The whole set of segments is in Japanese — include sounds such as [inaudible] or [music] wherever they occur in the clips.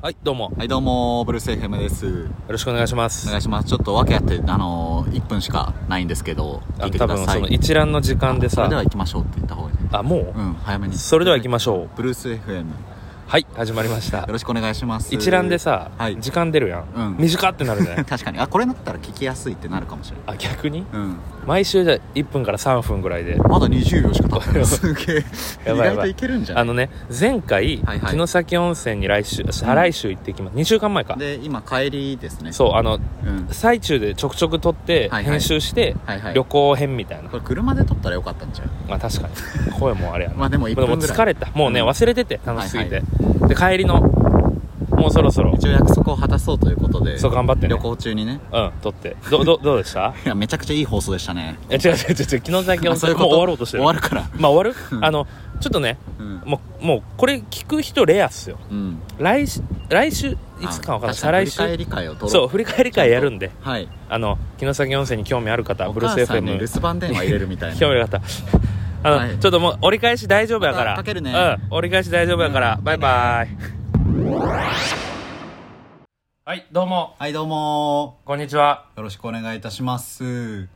はい、どうも。よはい、どうも、ブルース FM です。ろしくお願いしまおす。願いします。ちょっと訳あって、あのー、1分しかないんですけど、聞あの多いてくだ分さそい。の一覧の時間でそれさで、は行きましょうって言った方がいいね。あ、もうん、早めうに。それでは行きましょう。ブルース FM、よはい、始まりました。ろしくお願いします。一覧で。さはい、時間出るやんう。ん短ってなるじゃない [laughs] 確かに。あ、これだったら聞きやすいってなるかもしれなあ、い。逆にうん。毎週じゃあ1分から3分ぐらいで。まだ20秒しか経って [laughs] ない。すげえ。や意ばいやばい外といけるんじゃあなのね、前回、はいはい城崎温泉に来週、再来週行ってきます。2週間前かい。。で、今帰りですね。そう、あの、う。うん。最中でちょくちょく撮って、はいはい編集して、はいはい。旅こ行編みたいな。れ車で撮ったらよかったんちゃうまあ確かに。声もあれやなまあでも1でも分ぐらい。疲れたもうねうん忘れてて楽しすぎて、はで帰りのもうそろそろ一応約束を果たそうということで、そう頑張ってね旅行中にね。うん撮ってどどどうでした [laughs] いや、めちゃくちゃいい放送でしたね。え違う違う違う違う昨日だけあ温そう泉いうもこうと終わろうとしてる終わるから。まあ終わうるんあのちょっとねうん。もうもうこれ聞く人レアっすようん。来し来週いつかわからんあ再来確かに振週り返り会を取ろう。そう振り返り会やるんではい。あの城崎温泉に興味ある方ブルースお母さんに FM 留守番電話入れるみたいな。興味ある方あの、はいちょっともう折り返し大丈夫やから、またかけるねうん折り返し大丈夫やから、バイバイはいどうもはい、どうもこんにちはよろしくお願いいたします。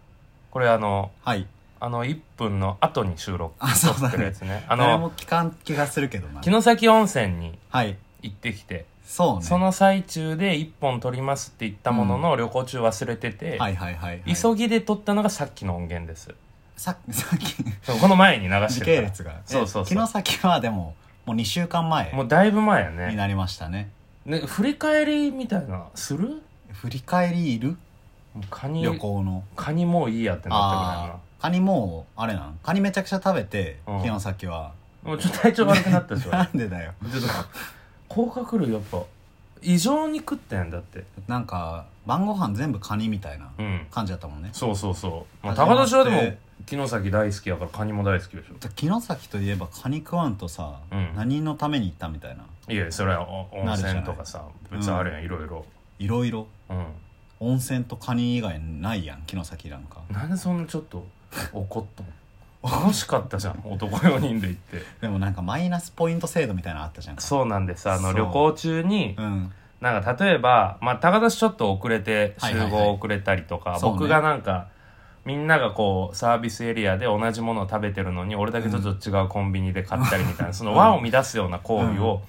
これあのはい。あの1分の後に収録あそう撮だねってるやつ [laughs] ねあ誰のも聞かん気がするけどな。城崎温泉にはい。行ってきてそうね。その最中で1本撮りますって言ったものの、旅行中忘れてて、はいはいはい、はい。急ぎで撮ったのがさっきの音源ですささっき、そうこの前に流し時てる系から列が。 [laughs] そうそうそえ昨う日先はでも、もう2週間前もうだいぶ前やにねなりましたね。ね振り返りみたいなする振り返りいるもうカニ旅行の。カニもういいやってなああー。カニもう、あれなんカニめちゃくちゃ食べて、うん昨日先は。ったぐらいなもうちょっと体調悪くなったでしょちょなっんでだよ。と甲殻類やっぱ異常に食ったやんだってなんか晩ご飯全部カニみたいなうん感じだったもんね、そうそうそう、まあ、始ま高って田氏はでも城崎大好きやからカニも大好きでしょ城崎といえばカニ食わんとさ、うん何のために行ったみたいないやそれはお温なるじゃ泉ないとかさ別にあるやん、いろいろいろいろうん温泉とカニ以外ないやん城崎なんかなんでそんなちょっと怒 [laughs] ったの楽しかったじゃん男4人で行ってでもなんかマイナスポイント制度みたいなのあったじゃんかそうなんですあのそう旅行中にうんなんか例えば、まあ、高田氏ちょっと遅れてはい集はいはい合遅れたりとか、そうね僕がなんかみんながこうサービスエリアで同じものを食べてるのに俺だけちょっと違うコンビニで買ったりみたいな、その和を乱すような行為を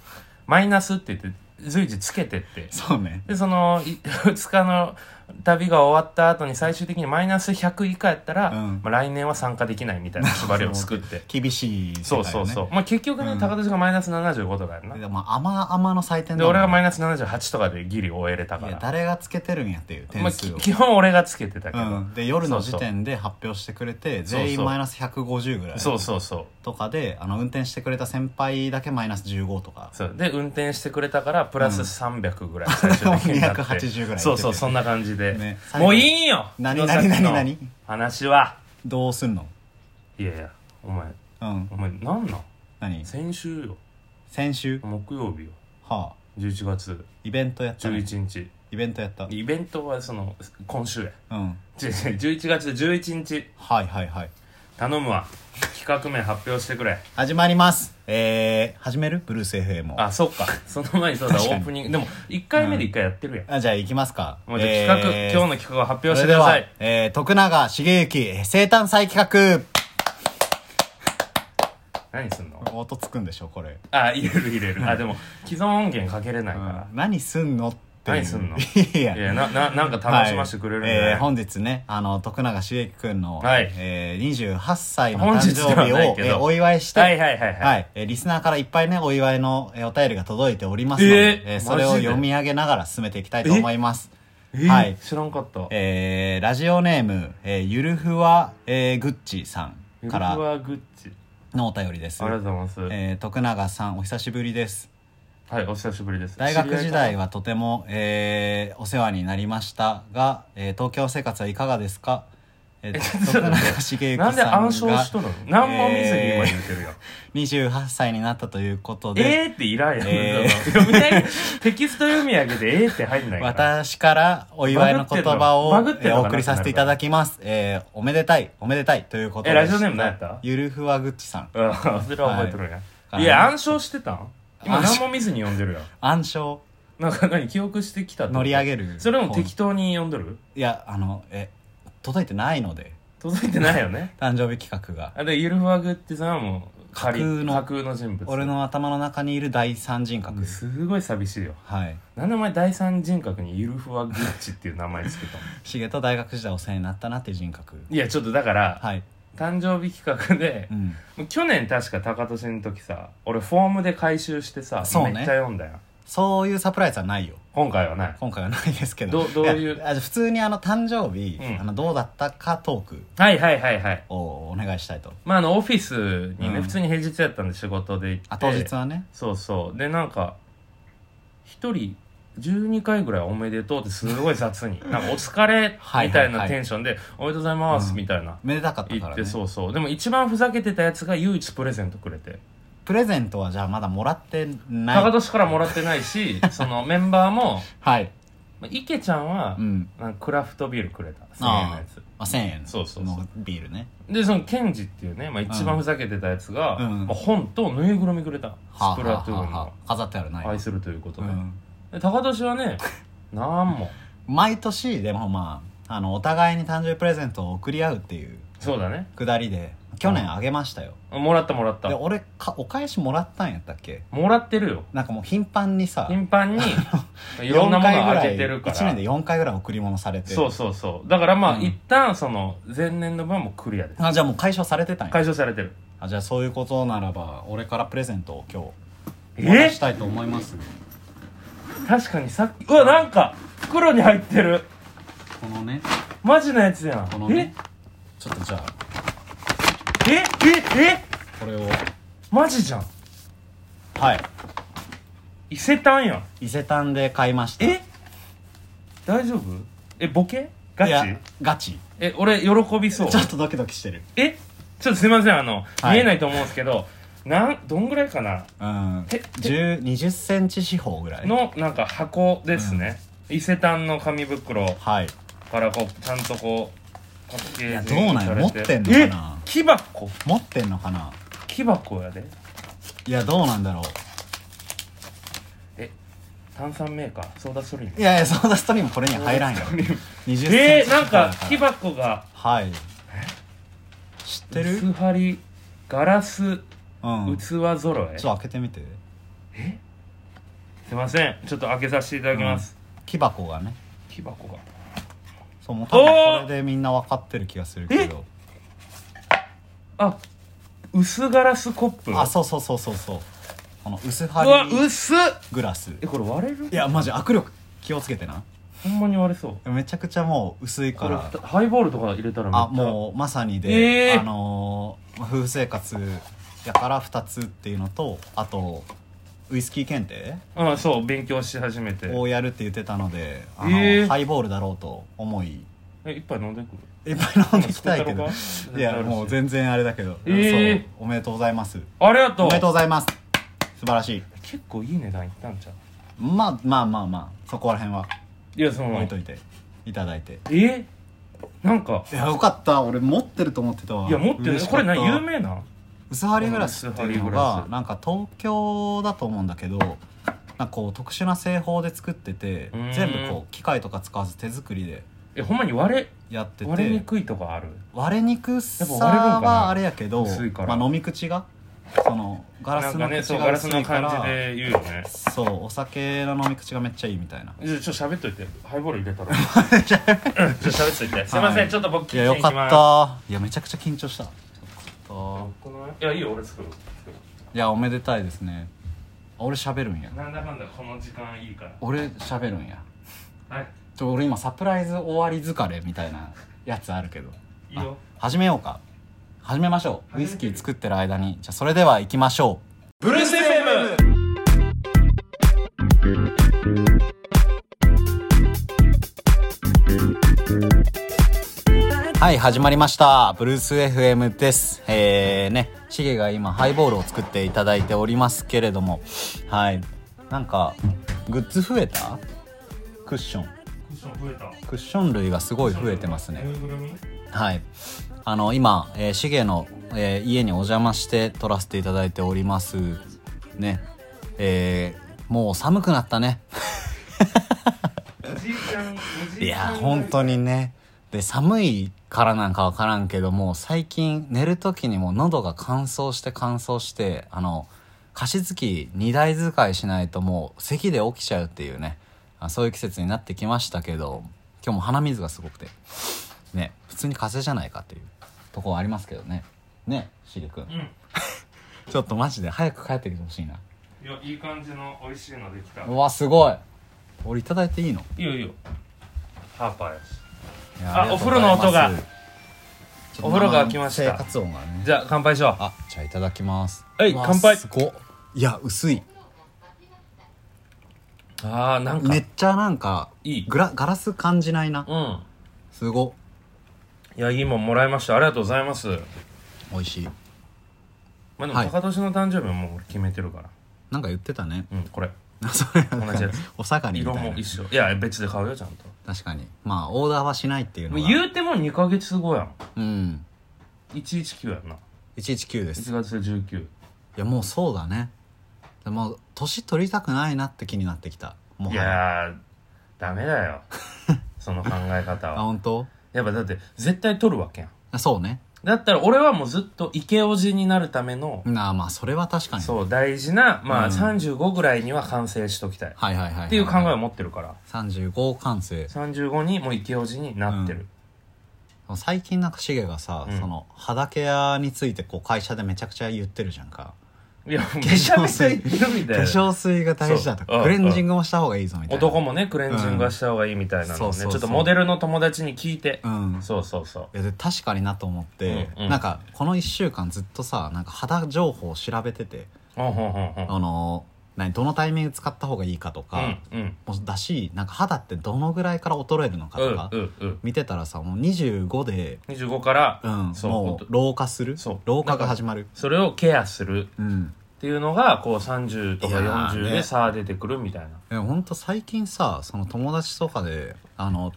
マイナスって言って随時つけてってそうねでその2 [laughs] 日の旅が終わった後に最終的にマイナス100以下やったら、うんまあ、来年は参加できないみたい [laughs] な縛りを作って。厳しい世界そうよねそうそう、まあ、結局ね、うん高田氏がマイナス75とかやんなでまあ甘甘の採点で俺がマイナナス78とかでギリ終えれたかいやら誰がつけてるんやっていうまあ、点数きを、基本俺がつけてたけど、うん、で夜のそうそ時う点で発表してくれてそうそう全員マイナス150ぐらいそうそうそうとかであの運転してくれた先輩だけマイナス15とかそうで運転してくれたからプラス300ぐらい最終的になって、 280ぐらいそうそうそんな感じで、ねもういいんよ何野崎の何何何話はどうすんのいやいやお前うんお前なんなん何先週よ先週木曜日よはあ11月イベントやった、ね、 11日、イベントやったうんイベントはその今週やはい違う違う11月11日はいはい頼むわ企画名発表してくれ始まりますえー、始めるブルース FM をああそっかその前にそうだオ確かにープニングでも1回目で1回やってるやん、じゃあ行きますかもうじゃあ企画、えー今日の企画を発表してくそれでださ、はいえー、徳永茂之生誕祭企何すんの画音つくんでしょこれ、あ入れる入れ [laughs] るあでも既存音源かけれないかうん何すんのっていう何すんの [laughs] いらやいやなななんか楽しませてくれるんじゃはいない、えー本日ねあの徳永茂樹くんの、はいえー、28歳の本誕日では生日をない、けどえーお祝いして、はいはいはいはい、はいえーリスナーからいっぱいねお祝いの、えーお便りが届いておりますので、えーえーそれをマジで読み上げながら進めていきたいと思いますえーはい知らんかったえーラジオネーム、えーゆるふわ、えー、ぐっちさんゆかるふらわグッチのお便りですありがとうございます、えー徳永さんお久しぶりですはいお久しぶりです大学時代ははとても、えーお世話になりましたが、えー東京生活はいかがですか、えー、徳永茂之なんでさ暗ん唱がしとるの何も見ずに今言うてるやん28歳になったということえで、ー、っていらんやん、えー読み上げテキスト読み上げでえーって入んないから私からお祝いの言葉をバグってんえのーバグってんのかなお送りさせていただきます、えーおめでたいおめでたいということでえラジオネーム何やったゆるふわぐっちさんうんそれは覚えとるんや、はいい、や暗唱してたん今暗唱何も見ずに読んでるやん暗唱なんか何記憶してきたってこと乗り上げるそれも適当に読んどるいやあのえ届いてないので届いてないよ [laughs] ね誕生日企画があれゆるふわぐってさもう仮架空の架空の人物俺の頭の中にいる第三人格ですすごい寂しいよはいなんでお前第三人格にゆるふわぐっちっていう名前つけたのシゲと大学時代お世話になったな [laughs] っていう人格いやちょっとだから、はい、誕生日企画でう、ん、去年確か高俊の時さ俺フォームで回収してさ、そうめねっちゃ読んだよそういうサプライズはないよ今回はない今回はないですけどどどういうやあ普通にあの誕生日、うんあのどうだったかトークはいはいはいはいをお願いしたいとまああのオフィスにね、うん普通に平日やったんで仕事で行ってあ当日はね、そうそうでなんか一人12回ぐらい「おめでとう」ってすごい雑 [laughs] に「なんかお疲れ」はいみたいはないテンションで「おめでとうございます」うんみたいなめでたかった言から、っね、てそうそうでも一番ふざけてたやつが唯一プレゼントくれてプレゼントはじゃあまだもらってない高年からもらってない [laughs] しそのメンバーもはい、まあ池ちゃんはう、んなんかクラフトビールくれた1000円のあやつあ1000円そうそうそうのビールねでそのケンジっていうね、まあ、一番ふざけてたやつが、うんまあ、本とぬいぐるみくれたはあスプラトゥーンはあはのあ飾ってあるない愛するということうで,、んで高年は [laughs] ねなんも毎年でもまああのお互いに誕生日プレゼントを送り合うっていうそうだねくだりで去年あげましたよ、もらったもらったで俺かお返しもらったんやったっけもらってるよなんかもう頻繁にさ頻繁 [laughs] にいろんな4も回ぐのあらげいてるか1年らで4回ぐらい贈り物されてそうそうそうだからまあ、うん一旦その前年の分はもうクリアですあじゃあもう解消されてたんや解消されてるあじゃあそういうことならば俺からプレゼントを今日おえ渡ししたいと思います確かにさっきうわなんか袋に入ってるこのねマジなやつやんこのねちょっとじゃあええええこれをマジじゃんはい伊勢丹やん伊勢丹で買いましたえ大丈夫えボケガいチやガチえ俺喜びそうちょっとドキドキしてるえちょっとすいませんあの、はい見えないと思うんですけどなんどんぐらいかなうんて1 0センチ四方ぐらいのなんか箱ですね、伊勢丹の紙袋はいからこうちゃんとこうパッケいーやジどうなんやされ持ってんのかなえ木箱持ってんのかな木箱やでいやどうなんだろ炭酸メーカーソーダストリームういやいやソーダストリームこれには入らんよソーダストリーム2 0えセンー、チなんか木木箱箱がはい知ってる薄張りガラスうん器ち揃え、ょっと開けてみてすいませんちょっと開けさせていただきます、木箱がね木箱がそうもう多分これでみんな分かってる気がするけどあ薄ガラスコップあそうそうそうそうそうこの薄うわ張り薄っグラスいえこれ割れるやマジ握力気をつけてなほんまに割れそうめちゃくちゃもう薄いかこれらふたハイボールとか入れたらめっちゃあもうまさにで、えーあのーまあ夫婦生活やから2つっていうのとあとウイスキー検定うんそう勉強し始めてをやるって言ってたので、あのえーハイボールだろうと思いえ一杯飲んでくるいっぱい飲んできたいけどスコータロいかやもう全然あれだけど、えーそうおめでとうございますありがとおうめでとうございます素晴らしい結構いい値段いったんちゃうまあまあまあまあそこら辺はいやその置いといていただいて、えなんかいやよかった俺持ってると思ってたわいや持ってる嬉しこかっれた何有名な薄張りグラスっていうの薄張りグラがスなんか東京だと思うんだけどなんかこう特殊な製法で作っててうーん全部こう機械とか使わず手作りでえほんまに割れやって割れにてくいとかある割れにくさやっぱ割れるんかなはあれやけど薄いからまあ飲み口がそのガラなスんのかねそ口うガがラス薄のいか感らじで言うよねそうお酒の飲み口がめっちゃいいみたいなじゃあちょっと喋っといてハイボール入れたら [laughs] うんちょっと喋っといてすいません、はいちょっと僕いキやッよチン行かきますったいやめちゃくちゃ緊張したよかったいやいいよ俺作るいやおめでたいですねあ俺喋るんやなんだかんだこの時間いいから俺喋るんやはいちょ俺今サプライズ終わり疲れみたいなやつあるけどいいよあ始めようか始めましょう始めウてイスキー作ってる間にじゃあそれでは行きましょブルース FM! うはい始まりましたブルース FM ですえー、ねシゲが今ハイボールを作っていただいておりますけれどもはいなんかグッズ増えたクッションクッション増えたクッション類がすごい増えてますねぬいぐるみはい。あの今、えー、シゲの、えー家にお邪魔して撮らせていただいております。ね。えーもう寒くなったね。いや本当にねで寒いからなんか分からんけども最近寝る時にも喉が乾燥して乾燥してあの加湿器2台使いしないともう咳で起きちゃうっていうねあそういう季節になってきましたけど今日も鼻水がすごくてね普通に風邪じゃないかっていうところありますけどねねしげくんうんちょっとマジで早く帰ってきてほしいないやいい感じの美味しいのできたうわすごい俺いただいていいのいいよいいよハーパーやしいやありとうございますお風呂の音がちょっとお風呂が開きました生活音がねじゃあ乾杯しようあじゃあいただきますはいい乾杯すごっいや薄いあーなんか、めっちゃなんかいいグラガラス感じないなうんすごっいやいいもんもらいましたありがとうございます美味しいまあではもい高年の誕生日はもう俺決めてるからなんか言ってたね [laughs] うんこれそれ同じやつお魚みた色いなも一緒いや別で買うよちゃんと確かにまあオーダーはしないっていうのもうが言うても2ヶ月後やんうん119やんな119です1月19いやもうそうだねでも年取りたくないなって気になってきたもいはややーダメだ [laughs] よその考え方あは本当やっぱだって絶対取るわけやんあそうねだったら俺はもうずっとイケオジになるための、なあまあそれは確かにそう大事なまあ、うん35ぐらいには完成しときたいっはいはいはいはい、ていう考えを持ってるから35完成35にもうイケオジになってる、最近なんかシゲがさ、うんその肌ケアについてこう会社でめちゃくちゃ言ってるじゃんかいやめちゃめちゃ言ってるみ化たいな粧水が大事だとそうかクレンジングもした方がいいぞみたいな男もねクレンジングはした方がいいみたいなのをうんね、そうそうちょそうっとモデルの友達に聞いてう、んそうそうそういやで確かになと思って、うんうんなんかこの1週間ずっとさなんか肌情報を調べてて、ほんほんほんほんあの何どのタイミング使った方がいいかとか、うんもうだしなんか肌ってどのぐらいから衰えるのかうんとか、うんうん見てたらさもう25で、うん25から、うん、そうほんもとう老化するそう老化が始まるそれをケアするうんっていうのがこう30とかいやー40ねで差出てくるみたいな、でもほんと最近さその友達とかであの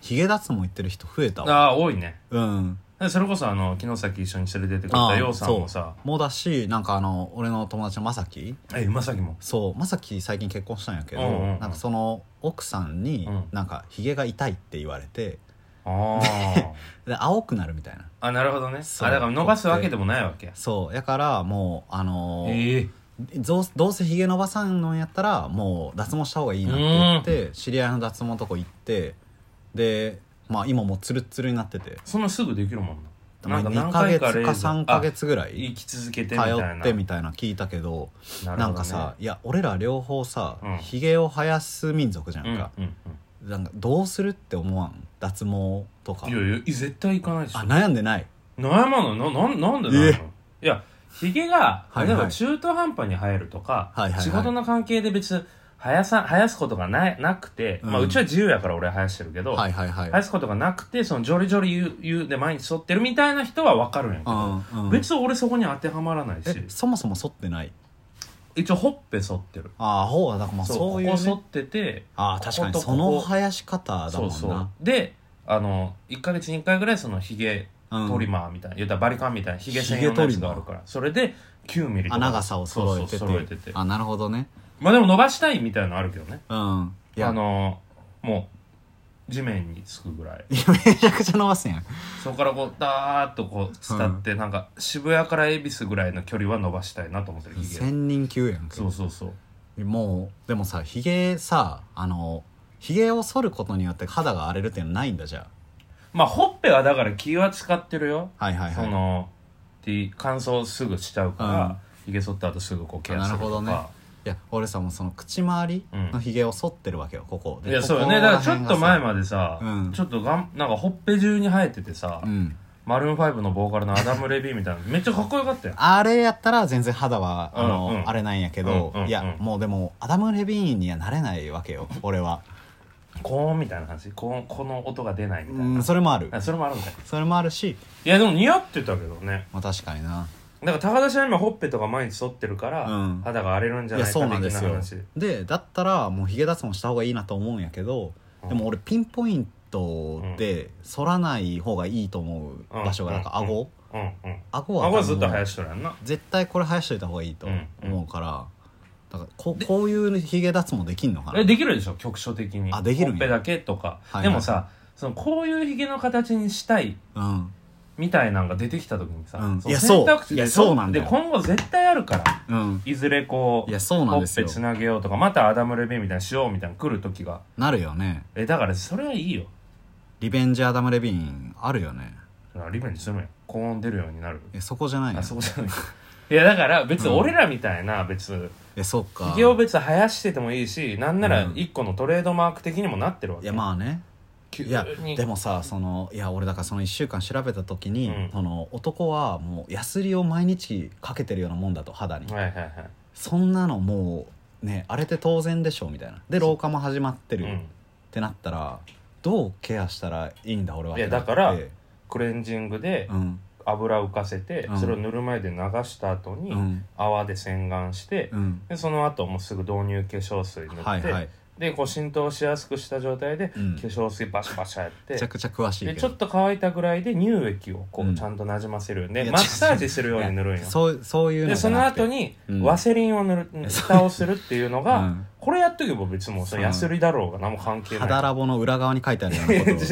ヒゲ脱毛行ってる人増えたわああ多いねうんでそれこそあの城崎一緒に連れてってくれあたあようさんもさそうもうだしなんかあの俺の友達のまさきえ馬崎もそうまさき最近結婚したんやけど、うんうんうんなんかその奥さんにうんなんかヒゲが痛いって言われてあで青くなるみたいな [laughs] ああなるほどねそうあだから逃すわけでもないわけやそうやからもうあのえーえどうどうせヒゲ伸ばさんのんやったらもう脱毛した方がいいなって言って知り合いの脱毛のとこ行ってでまあ今もうツルッツルになっててそんなすぐできるもんななんか2何ヶ回月かかレーザー3ヶ月ぐらあい生き続けて通みたいなってみたいな聞いたけどなるなほどねんかさいや俺ら両方さうんヒゲを生やす民族じゃうんんかうんうんなんかどうするって思わん脱毛とかいやいや絶対行かないでしょあ悩んでない悩まないななんなんでなえいのいやひげがはいはい例えば中途半端に生えるとか、はいはいはい仕事の関係で別に生やさ生やすことがないなくて、うんまあ、うちは自由やから俺は生やしてるけど、はいはいはい生やすことがなくてそのジョリジョリ言う言うで毎日剃ってるみたいな人は分かるんやけうど、んうん別に俺そこに当てはまらないしえそもそも剃ってない一応ほっぺ剃ってるああほうはだからまあそういうここ剃ねっててああここと確かにここその生やし方だそもうんそうなであの1か月に1回ぐらいそのひげうんトリマーみたいな、言ったらバリカンみたいなヒゲ専用のやつがあるからそれで9ミリとあか長さを揃えてそてうそう揃えててあなるほどねまあでも伸ばしたいみたいなのあるけどねうんいやあのーもう地面につくぐらいいやめちゃくちゃ伸ばすやんそこからこうダーッとこう伝って、なんか渋谷から恵比寿ぐらいの距離は伸ばしたいなと思ってるヒゲ千人級やんけそうそうそうもうでもさひげさあのひげを剃ることによって肌が荒れるっていうのはないんだじゃまあほっぺはだから気は使ってるよ、あはいはいはそいのって乾燥すぐしちゃうから、うんヒゲ剃った後すぐこうケアするとかなるほどねいや俺さもうその口周りのひげを剃ってるわけよここいやそうよねだからちょっと前までさ、うんちょっとがんなんかほっぺ中に生えててさ、でうんマルーン5のボーカルのアダム・レビーみたいなめっちゃかっこよかったよあれやったら全然肌はあの、うんうんあれなんやけど、うんうんうんいやもうでもアダム・レビーンにはなれないわけよ俺は高音みたいな感じ高音この音が出ないみたいうな、んそれもあるあそれもあるみたいそれもあるしいやでも似合ってたけどねまあ確かになだから高田氏は今ほっぺとか毎日剃ってるから、うん肌が荒れるんじゃいなやいかそうなんで的なすよ話でだったらもうヒゲ脱毛した方がいいなと思うんやけど、うんでも俺ピンポイントで剃らない方がいいと思う場所がうんなんか顎、うんうん顎は顎はずっと生やししとるやんな絶対これ生やしといた方がいいとうん思うから、だからここういうヒゲ脱毛できんのかなえできるでしょ局所的にあできるんやほっぺだけとか、はいはいでもさそのこういうひげの形にしたいうんみたいなのが出てきた時にさ、うんそいのやそう選択肢いやでしょそうなんだよで今後絶対あるからうんいずれこういやそうなんですよほっぺつなげようとかまたアダム・レビンみたいにしようみたいなの来る時がなるよねえだからそれはいいよリベンジアダム・レビンあるよねそれはリベンジするのよ高音出るようになるえそこじゃないのあそうじゃないいやだから別に俺らみたいな別にえそっかひげを別に生やしててもいいしなんなうらん一個のトレードマーク的にもなってるわけいやまあね急にいやでもさそのいや俺だからその1週間調べた時に、うんその男はもうヤスリを毎日かけてるようなもんだと肌に、はいはいはいそんなのもうねあれって当然でしょみたいなで老化も始まってるよ、うっんてなったらどうケアしたらいいんだ俺はいやってなってだからクレンジングでうん油浮かせて、うんそれをぬるま湯で流した後に、うん泡で洗顔して、うんでその後もうすぐ導入化粧水塗って、はいはいでこう浸透しやすくした状態で、うん化粧水バシャバシャやっめちゃてくちゃ詳しいけでどちょっと乾いたぐらいで乳液をこうんうちゃんとなじませるんで、いやマッサージするように塗るんいよやそうそういうのでじそゃのなくて後にうんワセリンを塗る [laughs] 蓋をするっていうのが、うんこれやっとけば別にもうそれヤスリだろうが何も関係ない肌ラボの裏側に書いてあるよ [laughs] いうなやことをい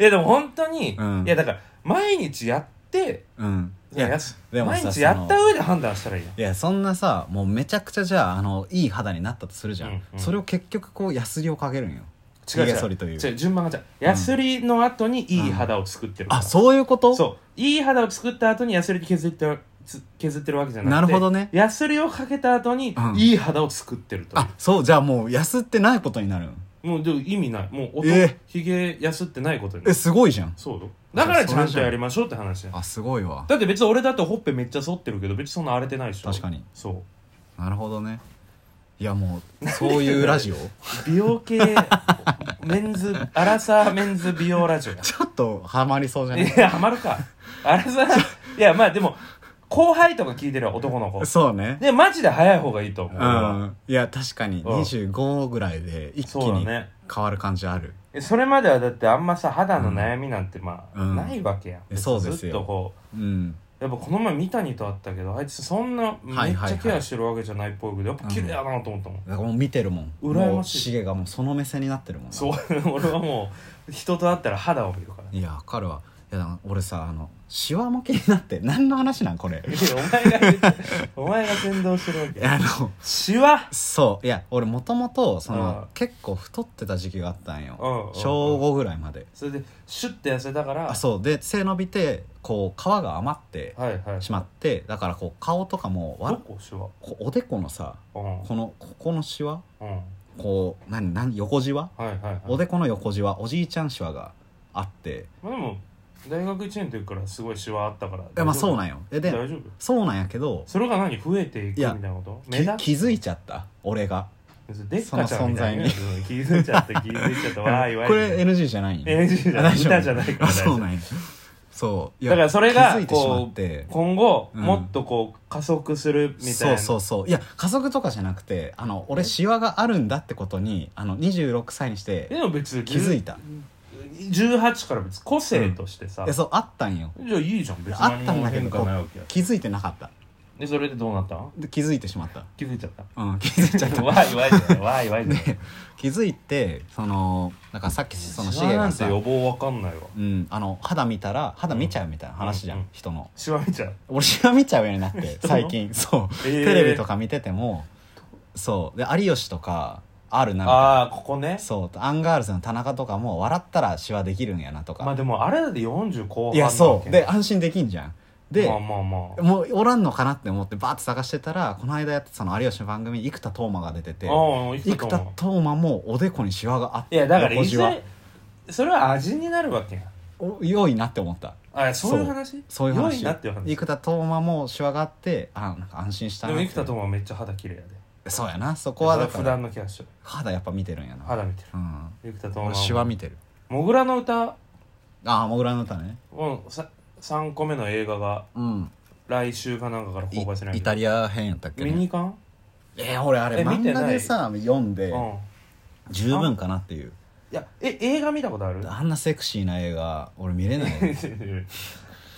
やでも本当に、うんいやだから毎日やってうんいいやややすでもさ毎日やった上で判断したらいいよいやそんなさもうめちゃくちゃじゃああのいい肌になったとするじゃん、うんうんそれを結局こうヤスリをかけるん違ようヒ違ゲ剃うりという違う順番が違うヤスリの後にいい肌を作ってるから、あそういうことそういい肌を作った後にヤスリで削ってつ削ってるわけじゃなくてなるほどねヤスリをかけた後にうんいい肌を作ってるというあそうじゃあもうヤスってないことになるんもうでも意味ないもう音、えひげやすってないことになえるすごいじゃんそうよだからちゃんそとれじゃんやりましょうって話だよあすごいわだって別に俺だってほっぺめっちゃ剃ってるけど別にそんな荒れてないでしょ確かにそうなるほどねいやもうそういうラジ [laughs] オ美容系メンズアラサーメンズ美容ラジオちょっとハマりそうじゃやないいやハマるかアラサーいやまあでも後輩とか聞いてる男の子そうねでマジで早い方がいいと思うう俺はんいや確かにうん25ぐらいで一気そうだにね変わる感じあるえそれまではだってあんまさ肌の悩みなんてまあ、うんないわけやん、えそうですよずっとこううんやっぱこの前三谷と会ったけどあいつそんなめはいっはいちゃケアしてるわけじゃないっぽいけどやっぱ綺麗やなと思ったもん、だからもう見てるもん羨ましいもうシゲがもうその目線になってるもんなそう俺はもう人と会ったら肌を見るからいやわかるわいやでも俺さあのシワも気になって [laughs] 何の話なんこいれや [laughs] お前が言ってお前が先導してるわいけやあのシワそういや俺もともとその、うん結構太ってた時期があったんよ、うんうんうん小5ぐらいまで、それでシュッて痩せたからあそうで背伸びてこう皮が余ってはいはいしまってだからこう顔とかもどわこシワこおでこのさうんこのここのシワうんこう何何横じわはいはいはいおでこの横じわおじいちゃんシワがあってまあでも大学1年の時からすごいシワあったからえまあそうなんんよえ大で丈夫そうなんやけどそれが何増えていくいみたやいなことき気づいてちゃった俺がでっかちゃんみたいなねそうん気づいちゃって気づい [laughs] ちゃったわーいわーいこれ NG じゃないん NG じゃない歌じゃないからあ大丈夫そうなんやそういやだからそれが気づいてしまって今後うんもっとこう加速するみたいそうなそううそういや加速とかじゃなくてあの俺えシワがあるんだってことにあの26歳にしてでも別に気づいた18から別に個性としてさ、いやそうあったんよじゃあいいじゃん別にあった何んもだけ変ど化こないうわけや気づいてなかったでそれでどうなったんで気づいてしまった気づいちゃった [laughs] うん [laughs] 気づいちゃったわいわいじゃないわいわいじゃないで気づいてそのなんかさっきそのシシワゲながんてさ予防わかんないわうん、あの肌見たら肌見ちゃうみたいな話じゃん、うんうん人のシワ見 [laughs] ちゃう俺シワ見ちゃうようになっ [laughs] て人の最近そう、えーテレビとか見ててもそうで有吉とかあるなああここねそうアンガールズの田中とかも笑ったらシワできるんやなとか、まあでもあれだって40後半いやそうでで安心できんじゃんで、まあまあまあもうおらんのかなって思ってバーって探してたらこの間やってたその有吉の番組に生田斗真が出ててああい生くと田も斗真もおでこにシワがあっいてやだから横いじずわれそれは味になるわけやお良いなって思ったあそういう話そういう良話いなっていう話生田斗真もシワがあってあなんか安心したでなもって生田ともめっちゃ肌綺麗やでそうやなそここはれだはか普ら段のキャッシュ肌やっぱ見てるんやな肌見てうんる生田とも俺シワ見てるもぐらの歌ああモグラの歌ねうんさ3個目の映画がうん来週かなんかからい公開されるイタリア編やったっけ見にね行かんえー俺あれえ見て漫ない画でさ読んうでん十分かなっていういやえ映画見たことあるあんなセク [laughs] シーな映画俺見れない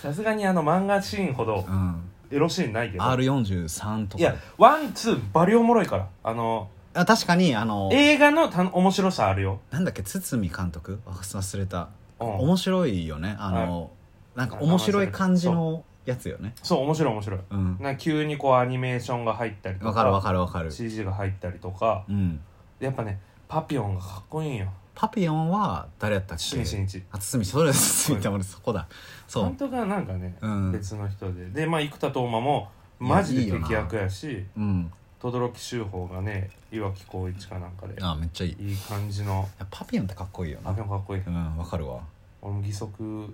さすがにあの漫画シーンほどうんエロシーンないけど R43 といかやワンツーバリおもろいからあのあ確かにあの映画のた面白さあるよなんだっけ堤監督わ忘れた、うん面白いよねあの、なんか面白い感じのやつよねそう面白い面白いうんなんか急にこうアニメーションが入ったりとかわかるわかるわかる CG が入ったりとかうんやっぱねパピオンがかっこいいんよパピヨンは誰やったっ堤真け一あ堤それ堤って俺そこだそ監う督がなんかね、うん別の人ででまあ生田斗真もマジいでやいいよな敵役やしうん轟秀峰がね岩城浩一かなんかであめっちゃいいいいい感じのやパピヨンってかっこいいよパなピョンかっこいいうんわかるわ俺も義足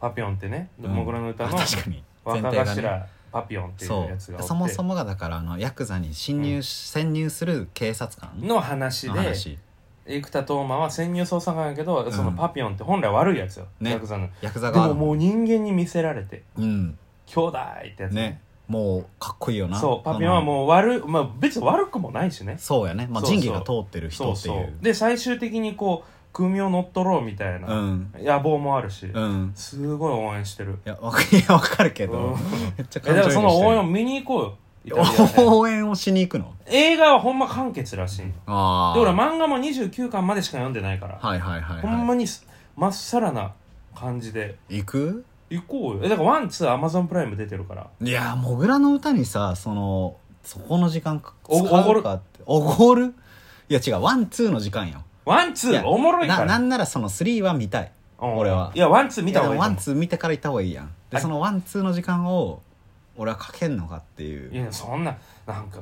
パピョンってねうんもぐらの歌あの確かに前若提がね頭パピョンっていそうやつがうおってそもそもがだからあのヤクザに侵入し、潜入する警察官の話ので話生田斗真は潜入捜査官やけど、んそのパピョンって本来悪いやつよ、ねヤクザのヤクザでがあもるもう人間に見せられてうん兄弟ってやつねもうかっこいいよなそうパピョンはうもう悪い、まあ、別に悪くもないしねそうやね、まあ、そうそう仁義が通ってるそう人っていそううで最終的にこう組を乗っ取ろうみたいな、ん野望もあるし、うんすごい応援してるいやわか [laughs] いやわかるけうんどめっちゃえだからその応援をを見に行こうよイタリアで [laughs] 応援をしに行くの映画はほんま完結らしいよああで俺漫画も29巻までしか読んでないから、はいはいはい、はい、ほんまにすまっさらな感じで行く行こうよえだからワンツーアマゾンプライム出てるからいやーもぐらの歌にさそのそこの時間かお使うかっておごるいや違うワンツーの時間よワンツいーやおもろいかならなんならその3は見たいうん俺はいやワンツー見た方がいいとやワ思ンうツー見てから行った方がいいやんではいそのワンツーの時間を俺はかけんのかっていういやそんななんか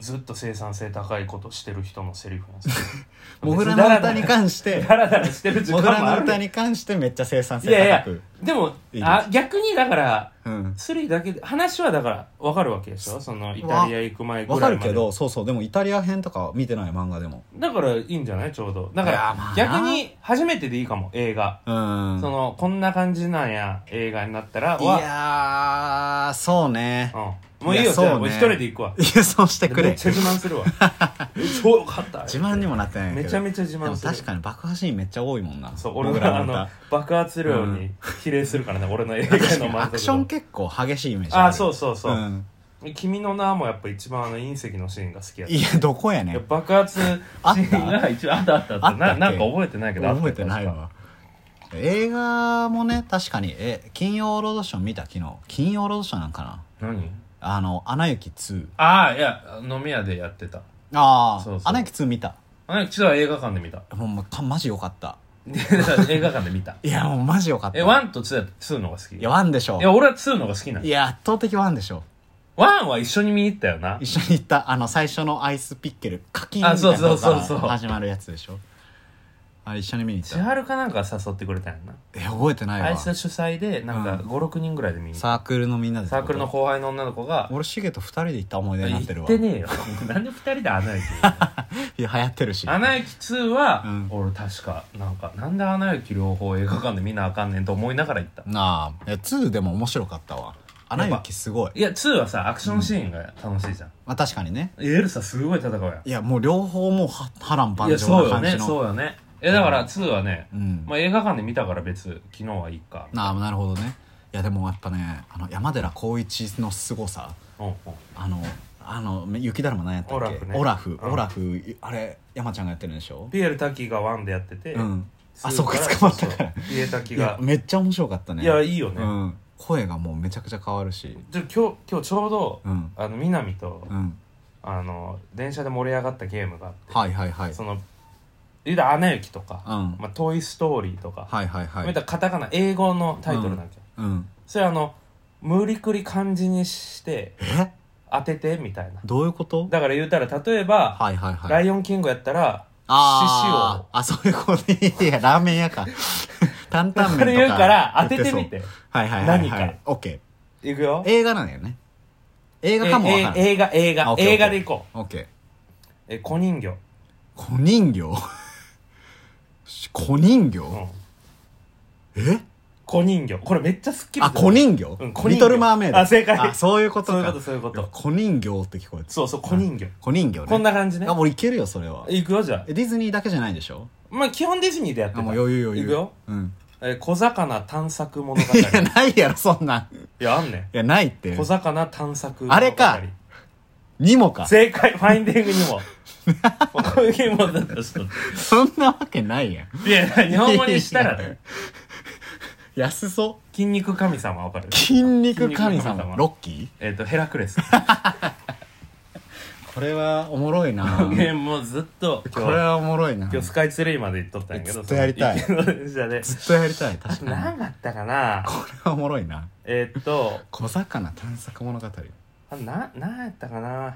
ずっと生産性高いことしてる人のセリフなんです [laughs] よもぐらの歌に別関してにダラダラダラダラしてる時も間 [laughs] もぐらあのる歌に関してめっちゃ生産性いやいや高くでもいいですあ逆にだからうん3だけで話はだから分かるわけでしょそのイタリア行く前わぐかいらるまでけどそうそうでもイタリア編とか見てない漫画でもだからいいんじゃないちょうどだかいやまらあ逆に初めてでいいかも映画うんそのこんな感じなんや映画になったらいはやーそうねうんもういいいよやじゃあそうねもう一人で行くわいやそうしてめくっれちゃ自慢す [laughs] るわ超かった自慢にもなってないけどめちゃめちゃ自で慢もする確かに爆破シーンめっちゃ多いもんなそう俺もぐらがあのの歌爆発量に比例するからね、俺の映画確かの満足に度アクション結構激しいイメージああそううそうそう、ん君の名もやっぱ一番あの隕石のシーンが好きやったいやどこやねいやん爆発シあったーンが一番あったあったあったあったっなけなんか覚えてないけどあった覚えてないわ映画もね確かにえ金曜ロードショー見た昨日金曜ロードショーなんかな何あの「アナ雪2」ああいや飲み屋でやってたあそうそうあ「アナ雪2」見たあの一度は映画館で見たほんまかマジよかったでだから [laughs] 映画館で見たいやもうマジよかっ [laughs] たえワンとツーやツーの方が好きいいやワンでしょや俺はツーの方が好きなのいや圧倒的ワンでしょワンは一緒に見に行ったよな一緒に行ったあの最初のアイスピッケルカキンみあたいなそうそうのからそうそう始まるやつでしょあれ一緒に見に行っ千た春かなんか誘ってくれたんやんなえ覚えてないあわいつ主催でなんかうん56人ぐらいで見に行ったサークルのみんなでってこサとークルの後輩の女の子が俺シゲと二人で行った思い出になってる行っわてねえよ [laughs] なんで二人で [laughs] 穴行きいや流行ってるし穴行き2は、うん俺確かなんかなんで穴行き両方映画館で見なあかんねんと思いながら行ったなあいや2でも面白かったわアナ雪すごいいや2はさアクションシーンが楽しいじゃん、まあ確かにねエルサすごい戦うやいやもう両方もうは波乱んい万や丈そうなよ感じねのそうよねえだから2はね、うんまあ、映画館で見たから別昨日はいいかなあなるほどねいやでもやっぱねあの山寺宏一の凄さうんうんあのあの雪だるま何やったっけオラフねオラフ,、うんオラフあれ山ちゃんがやってるんでしょピエール滝が1でやってて、うんあ2そうか捕まったかそらうそうピエール滝いやがめっちゃ面白かったねいやいいよね、うん、声がもうめちゃくちゃ変わるしじゃあ今日今日ちょうど、うんあの南と、うんあの電車で盛り上がったゲームがあって、はいはいはいその言うたら「アナ雪」とか「うんまあ、トイ・ストーリー」とか、はいはいは言ういたらカタカナ英語のタイトルなんけど、うんそれあの無理くり漢字にしてえ当ててみたいなどういうことだから言うたら例えば、はいはいはいライオンキング」やったら「あ獅ーあそういうこといやラーメ [laughs] ン屋か担々子を」こ麺とかれ言うから当てて言っみそうてはいはいはい、はい、何かオッケいくよー映画なんだよね映画かもわかええらない映画映あ画オッケーオッケー映画でいこうオッケーえ小人形、小人形し小人形、うん、え小人形これめっちゃすっきりあする小人形、うん小人形リトルマーメイドあ正解あそういうことそかういうことそういうことや小人形って聞こえてそうそう小人形、小人形ねこんな感じねあ俺いけるよそれはいくよじゃあえディズニーだけじゃないでしょまあ基本ディズニーでやってあた [laughs] もう余裕余裕いくようん [laughs] えー小魚探索物語いやないやろそんなんいやあんねいやないってん小魚探索あれかにもか正解ファインディングに [laughs] もこういうゲームをだった人そんなわけないやんいや日本語にしたらいやいねや [laughs] 安そ筋肉神様わかるう筋肉神様筋肉神ロッキえっ、とヘラクレ [laughs] スーこれはおもろいなこれもうずっと [laughs] これ今日はおもろいな今日スカイツリーまで行っとったんやけどずっとやりたいその電車で [laughs] ずっとやりたい確か何にだったかなこれはおもろいなえっと小魚探索物語はいあな何やったかなはい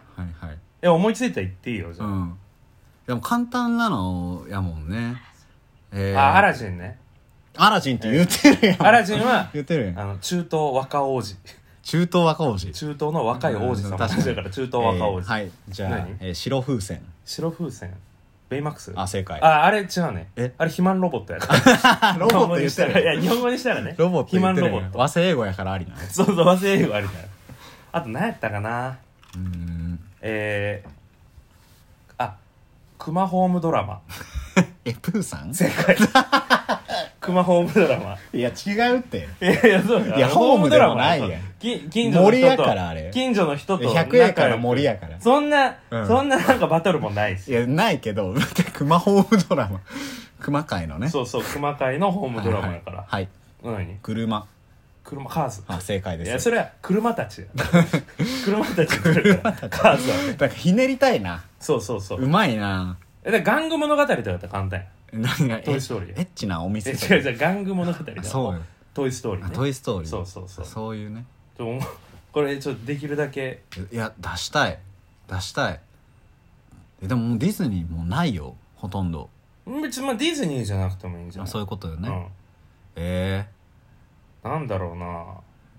え思いついたら言っていいよじうゃあ、んでも簡単なのやもんねえーあアラジンねアラジンって言ってるやん、アラジンは言ってるやんあの中東若王子中東若王子中東の若い王子様うんだ確かにから中東若王え子、ーはいじゃあ何、えー白風船白風船ベイマックスあ正解ああれ違うねえあれ肥満ロボットやから [laughs] ロボット言日っ本語にしたてら [laughs] るいや日本語にしたらねロボット言って肥る満ロボット和製英語やからありなそうそう忘れ英語あるからあと何やったかなうんえー、あクマホームドラマ [laughs] えプーさん正解クマホームドラマいや違うっていやいやそうかいやホームでもないやホームドんラマき近所の人と森やからあれ近所の人と100円から森やからそんな、うんそんななんかバトルもないいしやないけど [laughs] だって熊ホームドラマ熊界のねそうそう熊会のホーうムドラマやから、はい、はい、何車車カーズあ正解でいすやそれは車たち [laughs] や車たち作るからカーズはねなんかひねりたいなそうそうそううまいなえで玩具物語とかだったら簡単や何がえトイストーリーやエッチなおえ店とか違う違う玩具物語だあそうよトイ・ストーリー、あね、トイ・ストーリーそうそうそうそういうねちょおもこれちょっとできるだけいや出したい出したいえでももうディズニーもうないよほとんど別にまあディズニーじゃなくてもいいんじゃあないそういううことよね、えん、なんだろうな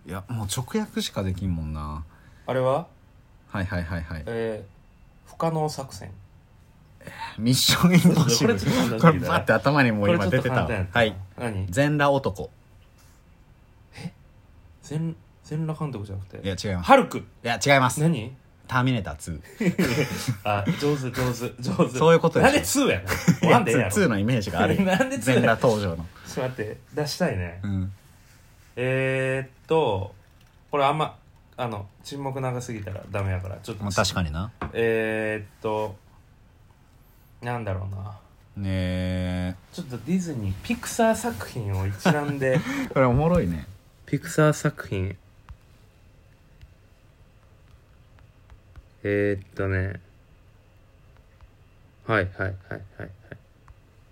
ー、いやもう直訳しかできんもんなあれははいはいはいはいえー、不可能作戦ミッションインポッシブ [laughs] これちょっと難しいなこれバッて頭にもこうれ今出てたちわょっと簡単やったはい何全裸男全全裸監督じゃなくいてや違いますハルクいや違います、何ターミネーターあ上手上手上手そういうことでしなょんで2や [laughs] 2ななんでやろ2のイメージがあ [laughs] るなんで2全裸登場のちょっと待って出したいねうんえー、っとこれあんまあの沈黙長すぎたらダメやからちょっと、まあ確かになえー、っとなんだろうなねちょっとディズニーピクサー作品を一覧でえこれおもろいね [laughs] ピクサー作品えー、っとねはいはいはいはいはい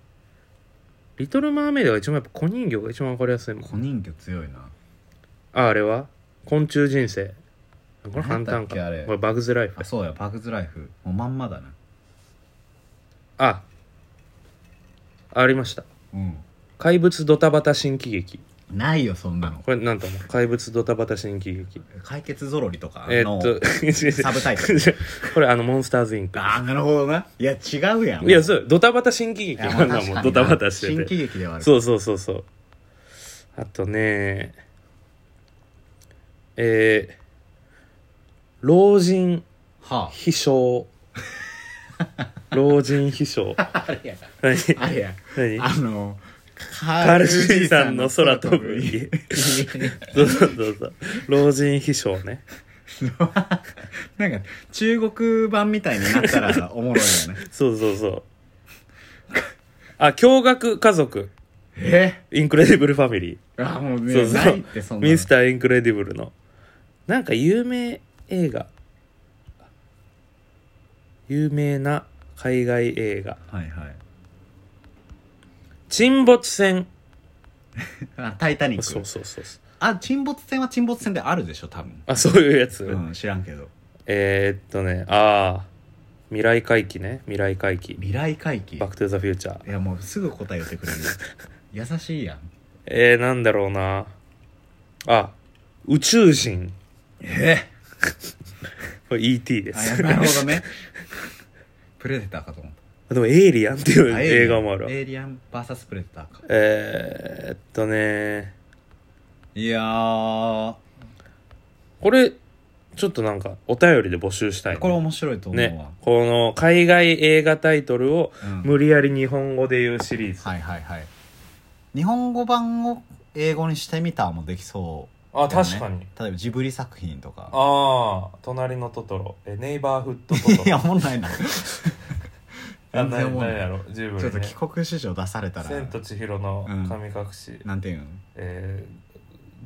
「リトル・マーメイド」が一番やっぱ小人形が一番わかりやすいもん小人形強いなああれは昆虫人生これなん反だっ対けかあれこれバグズライフあそうやパークズライフもうまんまだなあありましたうん怪物ドタバタ新喜劇ないよそんなのこれなんとも怪物ドタバタ新喜劇解決ぞろりとかえのーっと [laughs] ササブタイトルこれあのモンスターズインクああなるほどないや違うやんいやそうドタバタ新喜劇いやなんまだあ確もかんにドタバタし新て喜て劇ではあるそうそうそうそうあとねえー、老人は秘 [laughs] 書老人秘書ああれや何あれや何あのカカール爺さんの空飛ぶ家どうぞどうぞ老人秘書ね [laughs] なんか中国版みたいになったらおもろいよね [laughs] そうそうそうあ驚愕家族えインクレディブルファミリーあもうねそうそうないってそんなのミスターインクレディブルのなんか有名映画有名な海外映画はいはい沈没船あ「タイタニッそうクそうそうそう」あ沈没船は沈没船であるでしょ多分あそういうやつ、うん知らんけどえー、っとねああ未来回帰ね未来回帰未来回帰バック・トゥ・ザ・フューチャーいやもうすぐ答え言ってくれる [laughs] 優しいやんえー、なんだろうなあ宇宙人えこれ ET であいやすなるほどねプレデターかと思っ [laughs] でも「エイリアン」っていうたあ映画もあるわエイリアン VS プレデターかえー、っとねいやーこれちょっとなんかお便りで募集したいね、これ面白いと思うわ、ねこの海外映画タイトルをうん無理やり日本語で言うシリーズ、はいはいはい日本語版を英語にしてみたもできそあだよね確かに例えばジブリ作品とかああ隣のトトロえネイバーフッドトト [laughs] いやロおもんないなあ全然おもん何なやいろジブちょっリとね帰国子女出されたら千と千尋の神隠し、なんていうのえ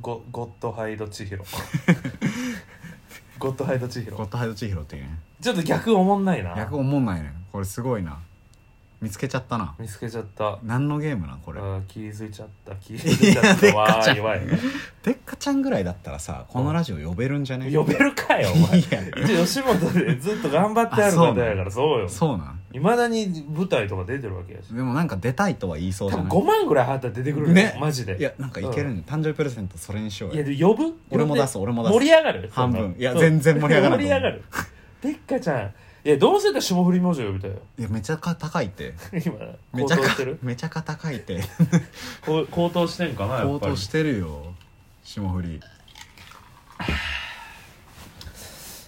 ーゴゴッドハイド [laughs] 千尋ゴッドハイド千ゴ尋ッドハイド千尋っていうねちょっと逆おもんないな逆おもんないねこれすごいな見つけちゃったな見つけちゃった何のゲームなんこれあー気づいちゃった気づいちゃっいたやでっかわちゃんーいわいでっかちゃんぐらいだったらさこのラジオ呼べるんじゃね呼べるかよお前いや一応吉本でずっと頑張ってある方やからそうよそうなんいまだに舞台とか出てるわけやしでもなんか出たいとは言いそ多うじゃ分ない5万ぐらい払ったら出てくるよ、ねマジでいやなんかいけるん誕生日プレゼントそれにしよういやで呼よぶ俺も出すす俺も出す盛り上がる半分そんないや全然盛り上がら盛んと思うり上がるでっかちゃんいやどうせだったら霜降り明星呼びたいよいやめちゃか高いって今 [laughs] め高ちゃ騰かしてるめちゃか [laughs] [laughs] 高いってこう高騰してんかなやっぱり高騰してるよ霜降り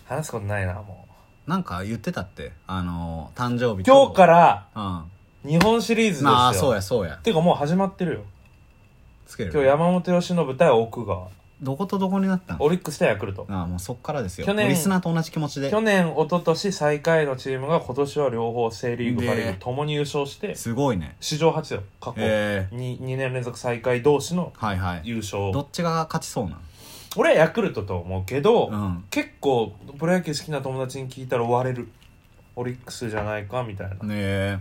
話すことないなもなんか言ってたってあの誕生日う今日かららうん日本シリーズですよまあそうやそうやてかもう始まってるよつける今日山本由伸対奥川どことどこになったのオリックス対ヤクルトああもうそっからですよ去年リスナーと同じ気持ちで去年一昨年最下位のチームが今年は両方セ・リーグでパ・リーグともに優勝してすごいね史上初よ過去え 2, 2年連続最下位同士のー、はいはい優勝どっちが勝ちそうなん俺はヤクルトと思うけど、うん結構プロ野球好きな友達に聞いたら割れるオリックスじゃないかみたいな、いねえ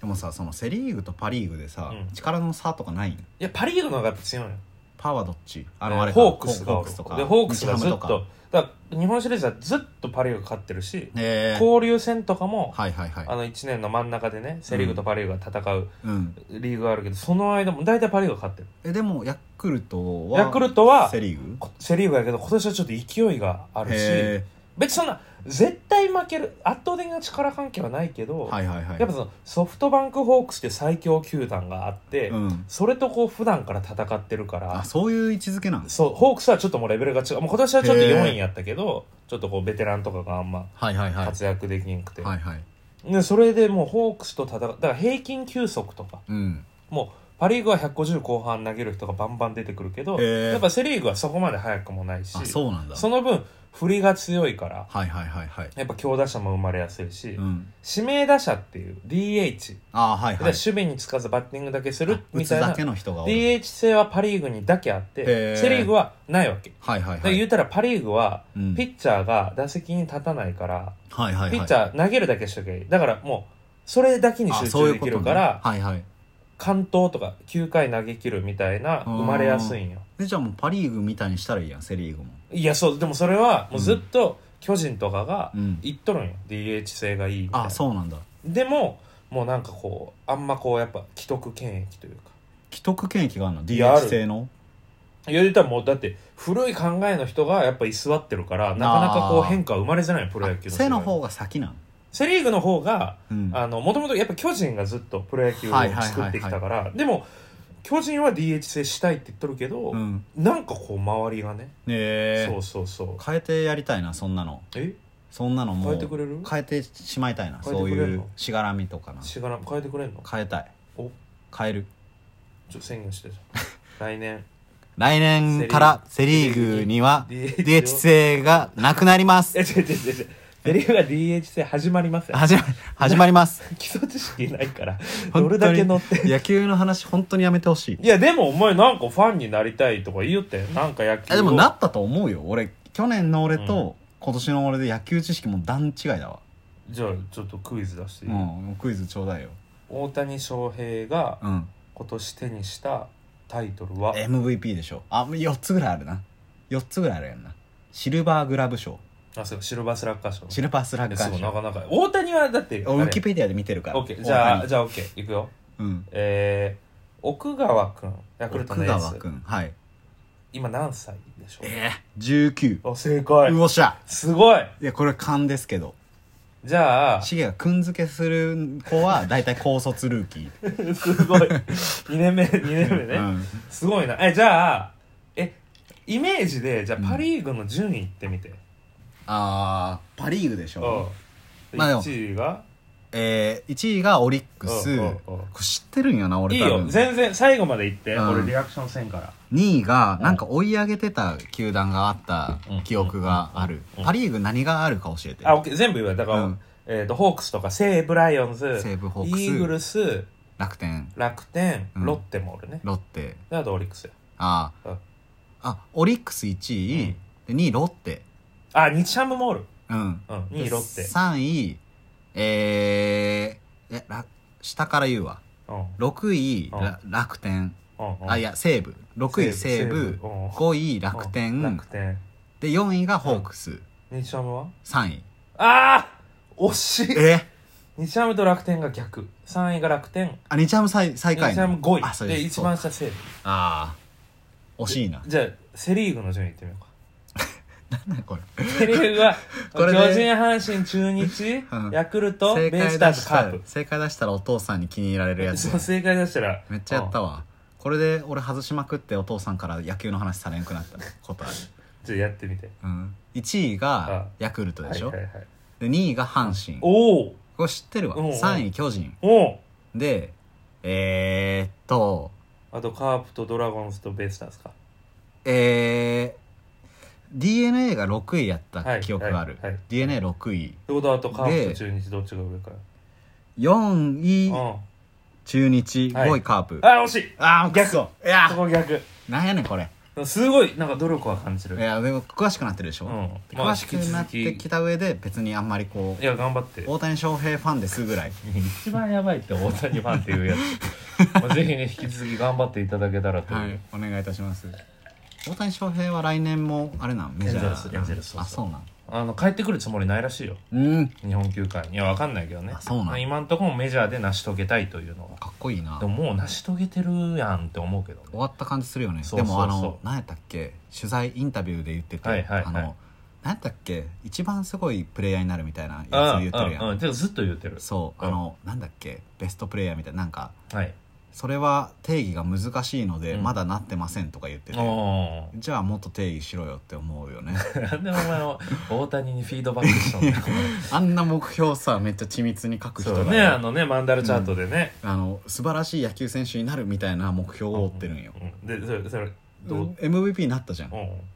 でもさそのセ・リーグとパ・リーグでさ、うん力の差とかないんやパ・リーグの方が強いのよパーはどっちあえのーあれかホークスがホークスとかでホークスが日ずっハとムかだから日本シリーズはずっとパ・リーグが勝ってるし、えー、交流戦とかも、はいはいあはいの1年の真ん中でねセ・リーグとパ・リーグが戦ううんリーグがあるけど、その間も大体パ・リーグが勝ってるえでもヤクルトはヤクルトはセ・リーグこセ・リーグやけど今年はちょっと勢いがあるしへ別にそんな絶対負ける圧倒的な力関係はないけど、えはいはいはいやっぱそのソフトバンクホークスって最強球団があって、うんそれとこう普段から戦ってるかあらそういう位置づけなんですそうホークスはちょっともうレベルが違うもう今年はちょっとへー4位やったけどちょっとこうベテランとかがあんまはいはいはい活躍できなくて、はいはいでそれでもうホークスと戦うだから平均球速とかうんもうパ・リーグは150後半投げる人がバンバン出てくるけどへーやっぱセ・リーグはそこまで速くもないしあそうなんだその分振りが強いからはいはいはいはいやっぱ強打者も生まれやすいし、うん指名打者っていう DH あーはいではい守備につかずバッティングだけする打みつたいだなけの人がおる DH 制はパ・リーグにだけあってへーセ・リーグはないわけはいだはいはからい言うたらパ・リーグはうんピッチャーが打席に立たないからはいはいはいピッチャー投げるだけしとけばいいだからもうそれだけにあ集そう中いうでこきとるねからはいはい完投とか9回投げ切るみたいなうーん生まれやすいんよでじゃあもうパ・リーグみたいにしたらいいやんセ・リーグもいやそうでもそれはもうずっと巨人とかがうん言っとるんよ DH 制がいいみたいなあそうなんだでももうなんかこうあんまこうやっぱ既得権益というか既得権益があるのいやあ DH る制のいや言ったらもうだって古い考えの人がやっぱ居座ってるからなかなかこう変化生まれづらいのプロ野球の世界背の方が先なんセ・リーグの方がうんあのもともとやっぱ巨人がずっとプロ野球をはいはいはいはい作ってきたからでも巨人は DH 制したいって言っとるけど、うんなんかこう周りがね、ねえそうそうそう変えてやりたいなそんなのえそんなのもう変えてくれる変えてしまいたいな変えてそくうれるのいうしがらみとかなしがら変えてくれんの変えたいお変えるちょ宣言してじ [laughs] ゃん来年来年からセ・リーグには DH DH 制がなくなりますえ違う違う違う違うセ・リーグが DH 制始まりますよ始ま始まります基礎知識ない [laughs] からど本当にれだけ乗って [laughs] 野球の話本当にやめてほしいいやでもお前なんかファンになりたいとか言いよってなんか野球えでもなったと思うよ俺去年の俺と今年の俺で野球知識も段違いだわじゃあちょっとクイズ出していい、うんクイズちょうだいよ大谷翔平がうん今年手にしたタイトルは MVP でしょあ4つぐらいあるな4つぐらいあるやんなシルバーグラブ賞あそうシルバースラッガー賞シルバースラッえガそうなーかなか大谷はだって賞ウィキペディアで見てるからオッケーじゃ大あ谷じゃあオッケーいくようんえー、奥川君ヤクルトの奥エー川ス君はい今何歳でしょえー、19うあ正解うおっしゃすごいいやこれ勘ですけどじゃあシゲがくんづけする子は大体高卒ルー [laughs] キーすごい2 [laughs] [laughs] 年目2年目ね、うんすごいなえじゃあえイメージでじゃあパ・リーグの順位いってみて、あーパ・リーグでしうんょ、でまあでも1位がええー、1位がオリックス、うんうんうんこれ知ってるんよな俺いい多分よ全然最後まで言って、うん俺リアクションせんから2位がなんか追い上げてた球団があった記憶がある、うんパ・リーグ何があるか教えてあオッケー全部言われただから、うんえー、とホークスとか西武ライオンズ西武ホークスイーグルス楽天楽天、うんロッテもおるねロッテであとオリックスやあーうんあオリックス1位、で2位ロッテあ日ハムもおる、うんうん、2位ロッテ、 3位えー、えら下から言うわうんうん6位、うんら楽天うん、あいや西武6位西武うん5位楽うん天楽天で4位がホークス、日ハムは3位ああ惜しいえ日ハムと楽天が逆3位が楽天あ日ハム最最日下位なハムのあ5そ位うでです一番下西武ああ惜しいなじゃあセ・リーグの順位いってみようか何 [laughs] これセ・リーグは [laughs] これ巨で人阪神中日、うんヤクルトベ正イス解ター出ズしカたープ正解出したらお父さんに気に入られるやつそう正解出したらめっちゃやったわこれで俺外しまくってお父さんから野球の話されんくなったことある、じゃあやってみてうん、1位がヤクルトでしょ、はいはいはい、で2位が阪神こおおれ知ってるわうんうん3位巨人おおでえー、っとあとカープとドラゴンズとベイスターズかえー、d n a が6位やったはい記憶がある、はいはい d n a 6位ってことはあとカープでと中日どっちが上かよ4う位んあ中日はい5位カープ、惜しいああ逆逆いそやこ逆なんやねんこれすごいなんか努力は感じるいやでも詳しくなってるでしょ、うんまあ詳しくなってきた上で別にあんまりこいうや頑張って大谷翔平ファンですぐらい一番やばいって大谷ファンっていうや [laughs] つまあぜひね引き続き頑張っていただけたらという、はいお願いいたします大谷翔平は来年もあれなんメジャエンゼルスエンゼルスーそうそうあそうなんあの帰ってくるつもりないらしいようん日本球界にいやわかんないけどねあそうなんまあ今んとこもメジャーで成し遂げたいというのはかっこいいなでももう成し遂げてるやんって思うけどね終わった感じするよねそうそうそうでもあの何やったっけ取材インタビューで言ってて、はいはいはいあの何やったっけ一番すごいプレイヤーになるみたいなやつあを言ってるやんうんうんてかずっと言ってるそううんあの、なんだっけベストプレイヤーみたいななんかはいそれは定義が難しいので、うんまだなってませんとか言ってて、おー [laughs] じゃあもっと定義しろよって思うよね [laughs] なんでお前は大谷にフィードバックしたんだよあんな目標さめっちゃ緻密に書く人そうがねあのねマンダルチャートでね、あの素晴らしい野球選手になるみたいな目標を追ってるんよ、うんでそれそれどう、 MVP になったじゃん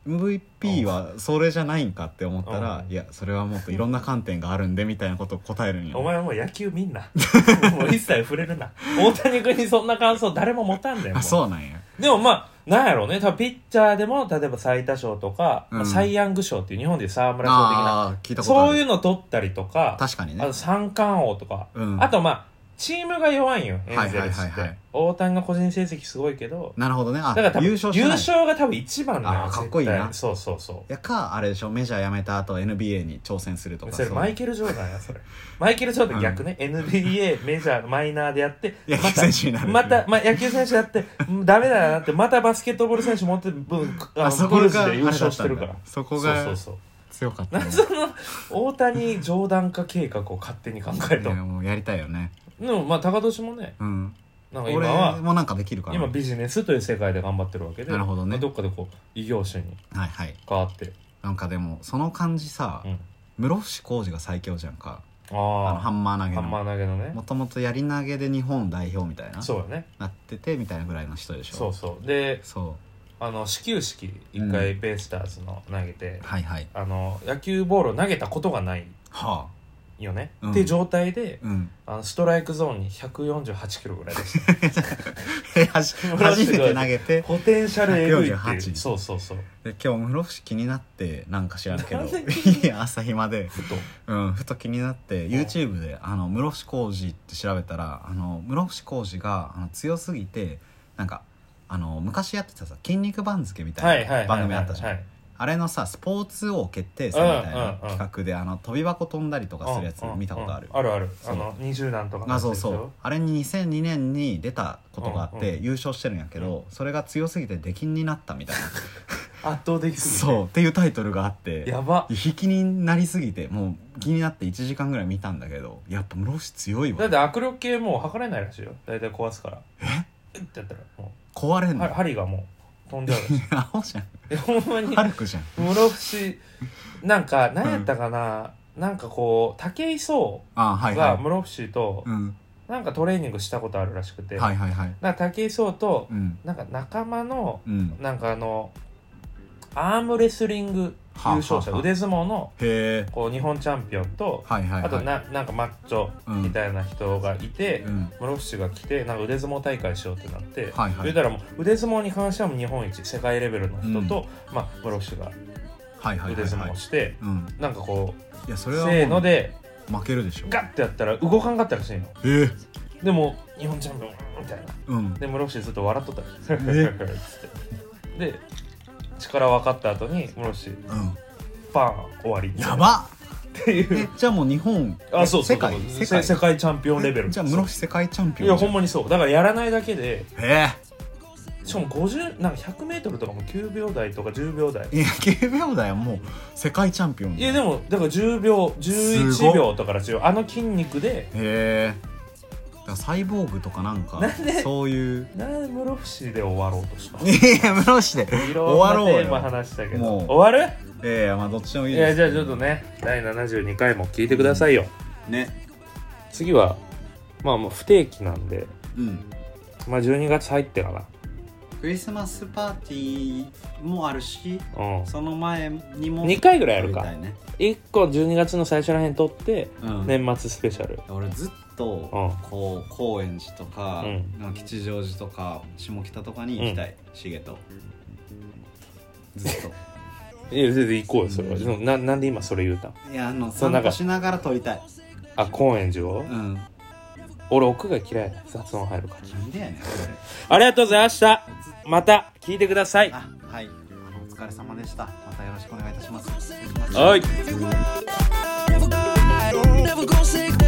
う、ん MVP はそれじゃないんかって思ったら、うんいやそれはもっといろんな観点があるんでみたいなことを答えるんよお前はもう野球見んな [laughs] もう一切触れるな大谷君にそんな感想誰も持たんだよもあうそうなんやでもまあなんやろうね多分ピッチャーでも例えば最多勝とか、うんまあサイ・ヤング賞っていう日本でいう沢村賞的なああー聞いたことあるそういうの取ったりとか確かにあねと三冠王とか、うんあとまあチームが弱いんよエンゼルスって、はいはいはいはい大谷の個人成績すごいけどなるほどねだあから多分優勝しないが多分一番なのあよーかっこいいな絶対そうそうそうやかあれでしょメジャー辞めた後 NBA に挑戦するとかそれうマイケル・ジョーダンやそれマイケル・ジョーダン逆ね、NBA メジャーマイナーでやって野球選手になるまた、まあ、野球選手やってうんダメだなってまたバスケットボール選手持ってブンああのそこブルーがスで優勝してるかあれだったらんだそこがそうそう強かったそうねなんでその大谷冗談化計画を勝手に考えいたやのもうやりたいよねでもまあ高年もねうんなんか今俺はもなんかできるから今ビジネスという世界で頑張ってるわけでなるほどねどっかでこう異業種にはいはい変わって、なんかでもその感じさうん、室伏広治が最強じゃんかあのハあンマー投あげハンマのー投げのねもともとやり投げで日本代表みたいなそうだねなっててみたいなぐらいの人でしょそうそうでそあの始球式一回ベイスターズの投げてう、はいはいあの野球ボールを投げたことがないはよね、うんっていう状態であうん [laughs] あのストライクゾーンに148キロぐらいでした [laughs] はじ初めて投げてポテンシャルエグいっていう148そうそうそうで今日室伏気になってなんか知らんけどなんでいや [laughs] 朝暇でふとうん、ふと気になって YouTube であの室伏広治って調べたらあの室伏広治があの強すぎてなんかあの昔やってたさ「筋肉番付」みはたいはいいはいはいな番組あったじゃはんいあれのさスポーツ王決定戦みたいうんうんうなん企画であの飛び箱飛んだりとかするやつ見たことあるうんうんあるあるそうあの20段とかのあやつそうでしょそうあれに2002年に出たことがあっうんてう優勝してるんやけどそれが強すぎて出禁になったみたいな圧倒的すぎ [laughs] そうっていうタイトルがあっ [laughs] ててやば引きになりすぎてもう気になって1時間ぐらい見たんだけどやっぱ室伏強いだっわて握力計もう測れないらしいよ大体壊すからえってやったらも壊れうんのは [laughs] 針がもう飛んじゃうらしい青じゃんえほんまに歩くじゃん室伏なんか何やったかな、なんかこう武井壮あはいがはい。室伏とうん。なんかトレーニングしたことあるらしくて、はいはいはい。なんか武井壮とうん。なんか仲間のうん。なんかあのアームレスリング優勝者はあはあ腕相撲のへえ。こう日本チャンピオンとはいはいはい。あとななんかマッチョうんみたいな人がいてう、ん。室伏が来てなんか腕相撲大会しようってなって、はいはい言うたらもう腕相撲に関してはもう日本一世界レベルの人と、まあ、室伏はいがはいは腕い相はい撲。して、うん。なんかこいや、そうれは。せーの。で負けるでしょ。ガッてやったら動かんかったらしいのええ。でも日本チャンピオンみたいなうん。で室伏ずっと笑っとったらしいつえって [laughs] で力分かった後に室伏うん。バーン終わりやばっていうえ、じゃあもう日本、あそうそう世界、世界世界。世界チャンピオンレベルじゃあ、室伏世界チャンピいオやンじほゃん。んまにそうだからやらないだけでへしかも50なんか 100m とかも9秒台とか10秒台え。いや、9秒だよ、もう。世界チャンピオン。いやへでもだから10秒すご11っ秒とからしいよあの筋肉でえ。だからサイボーグとかなんかなんで、そういう。なんで室伏で終わろうとしたのいや、室伏いで終わろんなろうテーマよ。話したけどもう終わるええ、まあ、どっちでもいいいですやじゃあちょっとね第72回も聞いてくださいよ、ね。次はまあもう不定期なんでうん。まあ12月入ってからクリスマスパーティーもあるし、うんその前にも2回ぐらいやるみかたいね。 1個12月の最初らへん撮ってうん。年末スペシャル俺ずっとうこう高円寺とかうんなんか吉祥寺とか下北とかに行きたいシゲとずっといや全然行こうよそれはでもななんで今それ言うたんいやあの [laughs] そう散なんか歩しながら撮りたいあ高円寺をうんな俺屋外嫌い雑音入るからんでやねんこありがとうございましたまた聞いてくださいれあはいあのお疲れ様でしたまたよろしくお願いいたしますはい Never gonna say